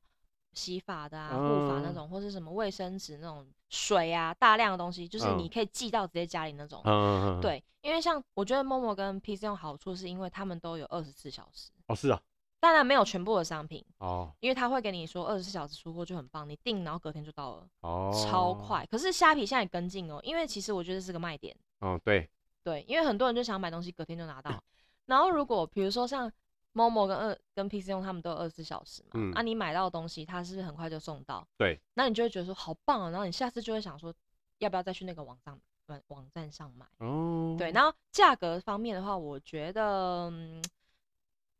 Speaker 1: 洗发的啊、护发那
Speaker 2: 嗯
Speaker 1: 种，或是什么卫生纸那种水啊，大量的东西，就是你
Speaker 2: 嗯
Speaker 1: 可以寄到直接家里那种。
Speaker 2: 嗯，
Speaker 1: 对，因为像我觉得 Momo 跟 PC 用好处是因为他们都有二十四小时，
Speaker 2: 哦是啊，
Speaker 1: 当然没有全部的商品，
Speaker 2: 哦
Speaker 1: 因为他会给你说二十四小时出货就很棒，你订然后隔天就到了，
Speaker 2: 哦，
Speaker 1: 超，快。可是虾皮现在也跟进哦，因为其实我觉得这是个卖点。
Speaker 2: 嗯对，
Speaker 1: 对，因为很多人就想买东西隔天就拿
Speaker 2: 嗯
Speaker 1: 到。然后如果比如说像 Momo 跟二跟 PC 用，他们都有二十四小时嘛，
Speaker 2: 嗯
Speaker 1: 啊，你买到的东西，它是不是很快就送到？
Speaker 2: 对，
Speaker 1: 那你就会觉得说好棒啊，然后你下次就会想说，要不要再去那个网站网网站上买？
Speaker 2: 哦，
Speaker 1: 对，然后价格方面的话，我觉得、嗯嗯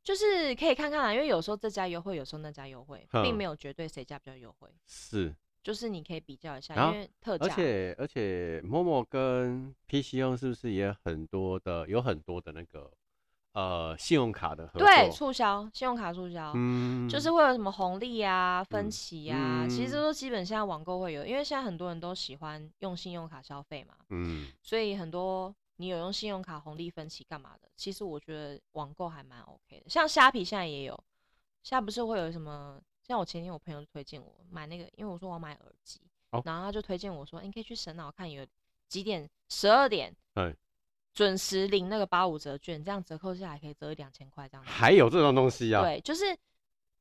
Speaker 1: 就是可以看看啦，因为有时候这家优惠，有时候那家优惠，并
Speaker 2: 哼
Speaker 1: 没有绝对谁家比较优惠，
Speaker 2: 是，
Speaker 1: 就是你可以比较一下，
Speaker 2: 然后
Speaker 1: 因为特价
Speaker 2: 而且而且，Momo 跟 PCO 是不是也很多的，有很多的那个呃信用卡的合作？
Speaker 1: 对促销，信用卡促销。
Speaker 2: 嗯，
Speaker 1: 就是会有什么红利啊、分
Speaker 2: 嗯
Speaker 1: 歧啊，其实
Speaker 2: 嗯
Speaker 1: 都基本现在网购会有，因为现在很多人都喜欢用信用卡消费嘛，
Speaker 2: 嗯，
Speaker 1: 所以很多你有用信用卡红利分期干嘛的，其实我觉得网购还蛮 OK 的。像虾皮现在也有，现在不是会有什么？像我前天我朋友就推荐我买那个，因为我说我要买耳机，
Speaker 2: 哦
Speaker 1: 然后他就推荐我说、欸你可以去神脑看有几点，十二点，
Speaker 2: 哎
Speaker 1: 准时领那个八五折券，这样折扣下来可以折一两千块这样子。
Speaker 2: 还有这种东西啊？，
Speaker 1: 对，就是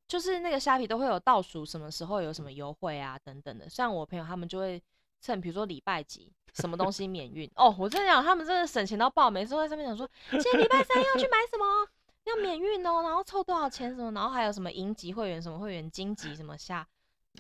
Speaker 1: 就是那个虾皮都会有倒数什么时候有什么优惠啊等等的。像我朋友他们就会趁比如说礼拜几什么东西免运哦，我真的讲他们真的省钱到爆，每次都在上面讲说今天礼拜三要去买什么。要免运哦，然后凑多少钱什么，然后还有什么银级会员、什么会员金级、什么下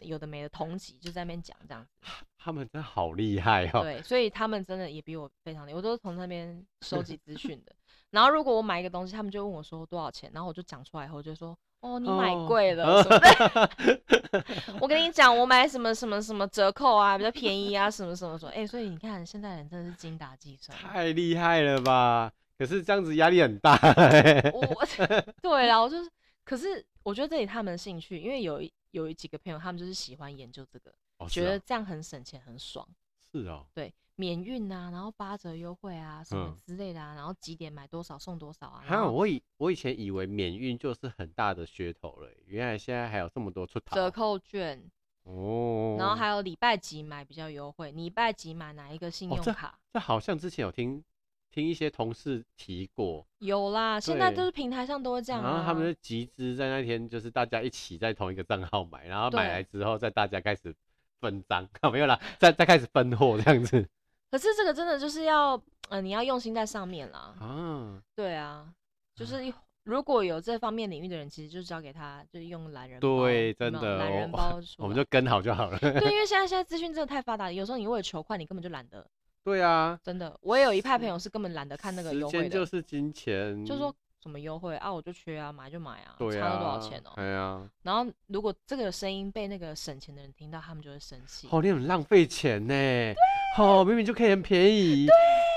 Speaker 1: 有的没的同级，就在那边讲这样子。
Speaker 2: 他们真的好厉害哦。
Speaker 1: 对，所以他们真的也比我非常厉害，我都是从那边收 集资讯的。然后如果我买一个东西，他们就问我说多少钱，然后我就讲出来以后，我就说哦，你买
Speaker 2: 哦
Speaker 1: 贵了、什么 的。我跟你讲，我买什么什么什么折扣啊，比较便宜啊，什么什么什么。哎、所以你看现在人真的是精打细算。
Speaker 2: 太厉害了吧？可是这样子压力很大、
Speaker 1: 我 我对啦，我就是，可是我觉得这里他们的兴趣，因为有一有一几个朋友，他们就是喜欢研究这个，
Speaker 2: 哦
Speaker 1: 觉得这样很省钱很爽。
Speaker 2: 是哦，
Speaker 1: 对，免运啊，然后八折优惠啊，什么
Speaker 2: 嗯
Speaker 1: 之类的啊，然后几点买多少送多少啊。
Speaker 2: 还
Speaker 1: 然
Speaker 2: 有
Speaker 1: 后
Speaker 2: 我以我以前以为免运就是很大的噱头了，原来现在还有这么多出逃
Speaker 1: 折扣券，
Speaker 2: 哦。
Speaker 1: 然后还有礼拜几买比较优惠，礼拜几买哪一个信
Speaker 2: 哦
Speaker 1: 用卡？
Speaker 2: 这好像之前有听听一些同事提过，
Speaker 1: 有啦，现在就
Speaker 2: 对
Speaker 1: 是平台上都会这样啊。
Speaker 2: 然后他们就集资在那天就是大家一起在同一个账号买，然后买
Speaker 1: 对
Speaker 2: 来之后再大家开始分赃， 哦没有啦，再再开始分货这样子
Speaker 1: 可是这个真的就是要，呃，你要用心在上面啦。
Speaker 2: 啊。
Speaker 1: 对啊，就是一如果有这方面领域的人，其实就交给他，就是用懒人包。
Speaker 2: 对，真
Speaker 1: 有没有
Speaker 2: 的，
Speaker 1: 懒人包
Speaker 2: 我
Speaker 1: 出
Speaker 2: 我们
Speaker 1: 来
Speaker 2: 就跟好就好了。
Speaker 1: 对，因为现在现在资讯真的太发达了，有时候你为了求快，你根本就懒得，
Speaker 2: 对啊，
Speaker 1: 真的。我也有一派朋友是根本懒得看那个
Speaker 2: 时
Speaker 1: 优惠
Speaker 2: 间
Speaker 1: 的，
Speaker 2: 就是金钱，
Speaker 1: 就说什么优惠啊，我就缺啊，买就买啊，
Speaker 2: 嗯对
Speaker 1: 差
Speaker 2: 啊，
Speaker 1: 了多少钱哦、
Speaker 2: 哎呀，
Speaker 1: 然后如果这个声音被那个省钱的人听到，他们就会生气，
Speaker 2: 哦，你很浪费钱呢，哦，明明就可以很便宜，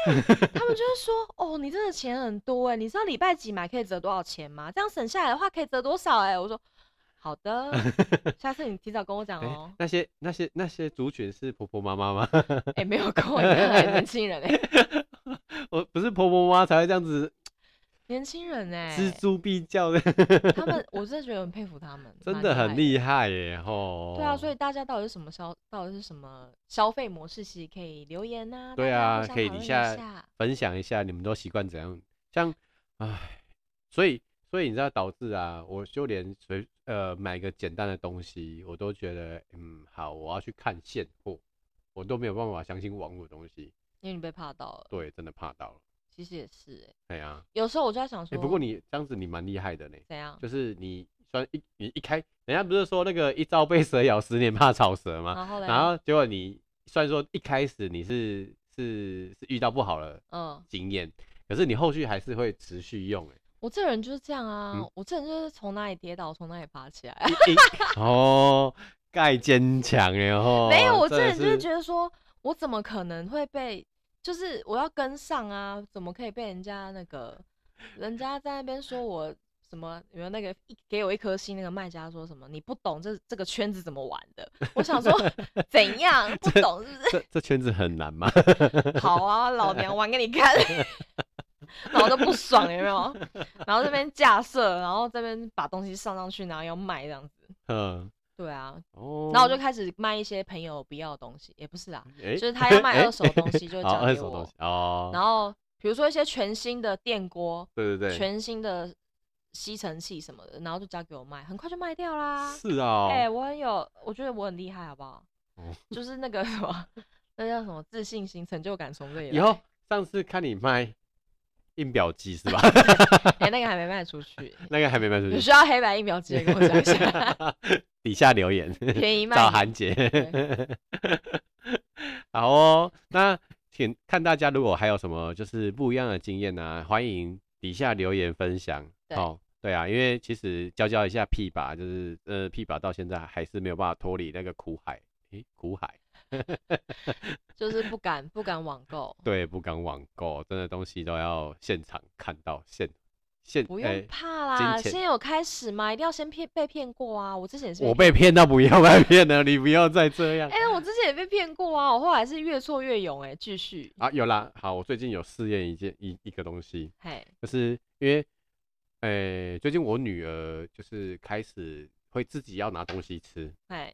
Speaker 1: 他们就会说，哦，你真的钱很多哎、你知道礼拜几买可以折多少钱吗？这样省下来的话可以折多少哎、我说好 的，下次你提早跟我讲
Speaker 2: 哎、
Speaker 1: 哦。
Speaker 2: 那些那些那些族群是婆婆妈妈吗？
Speaker 1: 哎、没有跟我一样、欸，年轻人哎、
Speaker 2: 我不是婆婆妈妈才会这样子
Speaker 1: 年轻人哎、
Speaker 2: 锱铢必较的，
Speaker 1: 他们我真的觉得很佩服他们，
Speaker 2: 真
Speaker 1: 蛮
Speaker 2: 的很
Speaker 1: 害
Speaker 2: 厉哦害耶，吼。
Speaker 1: 的。对啊，所以大家到底是什么消，到底是什么消费模式，其实可以留言呐、
Speaker 2: 对
Speaker 1: 大家互
Speaker 2: 啊
Speaker 1: 相
Speaker 2: 可以
Speaker 1: 讨
Speaker 2: 底
Speaker 1: 论一
Speaker 2: 下
Speaker 1: 下
Speaker 2: 分享一下你们都习惯怎样，像，唉，所以所以你知道导致啊，我就连随呃买个简单的东西，我都觉得嗯好，我要去看现货，我都没有办法相信网络的东西，
Speaker 1: 因为你被怕到了。
Speaker 2: 对，真的怕到了，
Speaker 1: 其实也是、欸，
Speaker 2: 哎呀、
Speaker 1: 有时候我就在想
Speaker 2: 哎、
Speaker 1: 说，
Speaker 2: 不过你这样子你蛮厉害的呢，
Speaker 1: 怎样？
Speaker 2: 就是你算一你一开，人家不是说那个一朝被蛇咬，十年怕草蛇吗？
Speaker 1: 然后嘞，
Speaker 2: 啊然后结果你虽然说一开始你是是是遇到不好了。
Speaker 1: 嗯，
Speaker 2: 经验，可是你后续还是会持续用 哎、
Speaker 1: 我这人就是这样啊，
Speaker 2: 嗯
Speaker 1: 我这人就是从哪里跌倒从哪里爬起来。
Speaker 2: 一一哦，盖坚强 哎哦，
Speaker 1: 没有，我这
Speaker 2: 真的
Speaker 1: 人就是
Speaker 2: 是
Speaker 1: 觉得说，我怎么可能会被，就是我要跟上啊，怎么可以被人家那个，人家在那边说我。什么？有没有那个一给我一颗星？那个卖家说什么？你不懂这这个圈子怎么玩的？我想说 怎样不懂是不是？
Speaker 2: 这这圈子很难吗？
Speaker 1: 好啊，老娘玩给你看， 然后都不爽有没有？然后这边架设，然后这边把东西上上去，然后要卖这样子。
Speaker 2: 嗯，
Speaker 1: 对啊，
Speaker 2: 哦，
Speaker 1: 然后我就开始卖一些朋友不要的东西，也不是啦，
Speaker 2: 哎
Speaker 1: 就是他要卖
Speaker 2: 哎
Speaker 1: 二手东西就会
Speaker 2: 好
Speaker 1: 交
Speaker 2: 二
Speaker 1: 给
Speaker 2: 手东
Speaker 1: 我
Speaker 2: 西。哦，
Speaker 1: 然后比如说一些全新的电锅、
Speaker 2: 对对对，
Speaker 1: 全新的吸尘器什么的，然后就交给我卖，很快就卖掉啦。
Speaker 2: 是哦，
Speaker 1: 哎、我很有，我觉得我很厉害，好不好？
Speaker 2: 哦
Speaker 1: 就是那个什么， 那叫什么自信心、成就感从这里来。
Speaker 2: 以后上次看你卖印表机是吧？
Speaker 1: 哎、那个还没卖出去，
Speaker 2: 那个还没卖出
Speaker 1: 有
Speaker 2: 去
Speaker 1: 需，要黑白印表机的跟 我讲一 下，
Speaker 2: 底下留言。
Speaker 1: 便宜卖
Speaker 2: 找
Speaker 1: 你
Speaker 2: 韩姐
Speaker 1: 对。
Speaker 2: 好哦，那请看大家如果还有什么就是不一样的经验呢、啊，欢迎底下留言分享。
Speaker 1: 对
Speaker 2: 哦，对啊，因为其实教教一下屁吧，就是呃屁吧到现在还是没有办法脱离那个苦海，诶、苦海，
Speaker 1: 就是不敢不敢网购，
Speaker 2: 对，不敢网购，真的东西都要现场看到现现，
Speaker 1: 不
Speaker 2: 诶
Speaker 1: 用怕啦，
Speaker 2: 哎金钱
Speaker 1: 先有开始嘛，一定要先骗被骗过啊！我之前也是
Speaker 2: 我被骗到不要被骗了，你不要再这 样
Speaker 1: 哎、。我之前也被骗过啊，我后来是越挫越勇哎、继续
Speaker 2: 啊，有啦，好，我最近有试验一件一一个东西，
Speaker 1: 嘿，
Speaker 2: 就是因为，诶、最近我女儿就是开始会自己要拿东西吃，
Speaker 1: 嘿，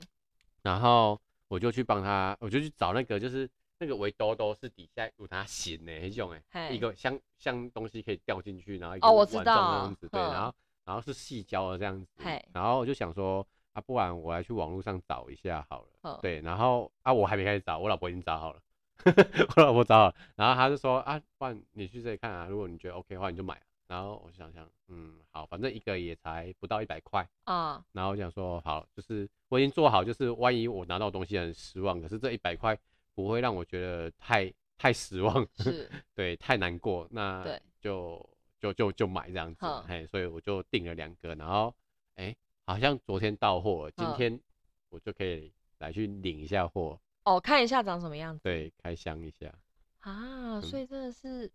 Speaker 2: 然后我就去帮她，我就去找那个就是那个围兜兜是底下有它形的那种诶，
Speaker 1: 嘿
Speaker 2: 一个像像东西可以掉进去，然后一
Speaker 1: 哦
Speaker 2: 个
Speaker 1: 我知
Speaker 2: 碗状那
Speaker 1: 道
Speaker 2: 样子，对，然
Speaker 1: 哼
Speaker 2: 后然后是细胶的这样子
Speaker 1: 嘿，
Speaker 2: 然后我就想说啊，不然我来去网络上找一下好了。
Speaker 1: 呵
Speaker 2: 对，然后啊，我还没开始找，我老婆已经找好了， 我老婆找好了，然后她就说啊，不然你去这里看啊，如果你觉得 OK 的话，你就买啊。然后我就想想，嗯，好，反正一个也才不到一百块，
Speaker 1: 啊，
Speaker 2: 然后我想说好，就是我已经做好，就是万一我拿到东西很失望，可是这一百块不会让我觉得太太失望，
Speaker 1: 是
Speaker 2: 对，太难过，那
Speaker 1: 对
Speaker 2: 就就就就买这样子
Speaker 1: 哼，
Speaker 2: 嘿，所以我就订了两个，然后哎、好像昨天到货了，今
Speaker 1: 哼
Speaker 2: 天我就可以来去领一下货，
Speaker 1: 哦，看一下长什么样子
Speaker 2: 对，开箱一下。嗯
Speaker 1: 啊，所以真的是嗯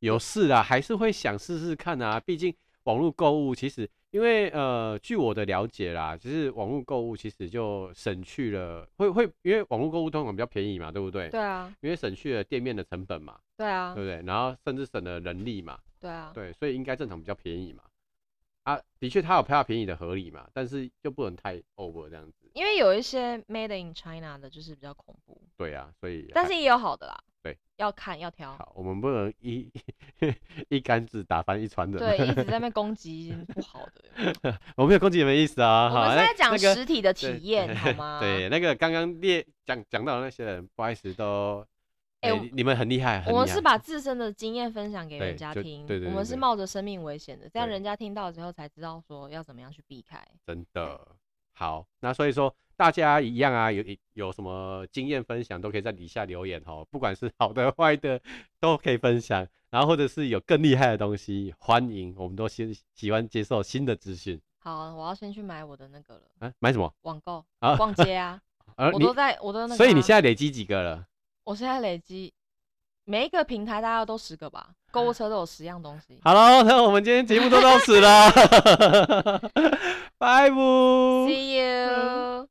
Speaker 2: 有事啊，还是会想试试看啊，毕竟网络购物其实。因为呃，据我的了解啦，就是网络购物其实就省去了，会会因为网络购物通常比较便宜嘛，对不对？
Speaker 1: 对啊，
Speaker 2: 因为省去了店面的成本嘛，
Speaker 1: 对啊
Speaker 2: 对，不对？然后甚至省了人力嘛，
Speaker 1: 对啊，
Speaker 2: 对，所以应该正常比较便宜嘛。啊，的确它有它便宜的合理嘛，但是又不能太 over 这样子。
Speaker 1: 因为有一些 Made in China 的就是比较恐怖，
Speaker 2: 对啊，所以
Speaker 1: 但
Speaker 2: 还
Speaker 1: 是也有好的啦，
Speaker 2: 对，
Speaker 1: 要看要挑，
Speaker 2: 好，我们不能一 一竿子打翻一船人。
Speaker 1: 对，一直在那边攻击不好 的。
Speaker 2: 我没有攻击你们的意思啊。
Speaker 1: 我
Speaker 2: 好，
Speaker 1: 们是
Speaker 2: 那
Speaker 1: 在讲
Speaker 2: 那个
Speaker 1: 实体的体
Speaker 2: 对
Speaker 1: 验，好吗？
Speaker 2: 对，那个刚刚列讲讲到的那些人，不好意思都，哎、
Speaker 1: 哎我
Speaker 2: 你们很厉害，很
Speaker 1: 我
Speaker 2: 厉
Speaker 1: 们
Speaker 2: 害。
Speaker 1: 是把自身的经验分享给
Speaker 2: 对
Speaker 1: 人家
Speaker 2: 就
Speaker 1: 听，
Speaker 2: 对对
Speaker 1: 我
Speaker 2: 对
Speaker 1: 们是
Speaker 2: 对
Speaker 1: 冒着生命危险的，这样
Speaker 2: 对
Speaker 1: 人家听到之后才知道说要怎么样去避开。
Speaker 2: 真的好，那所以说大家一样啊，有有什么经验分享都可以在底下留言哦，不管是好的坏的都可以分享，然后或者是有更厉害的东西，欢迎，我们都喜喜欢接受新的资讯
Speaker 1: 好，我要先去买我的那个了，
Speaker 2: 啊，买什么
Speaker 1: 网购、
Speaker 2: 啊？
Speaker 1: 逛街 啊，
Speaker 2: 啊
Speaker 1: 我
Speaker 2: 你
Speaker 1: 都在，我都那个啊、
Speaker 2: 所以你现在累积几个了？
Speaker 1: 我现在累积每一个平台大概都十个吧，购物车都有十样东西。
Speaker 2: 好喽，那我们今天节 目就到此了，拜拜。
Speaker 1: See you。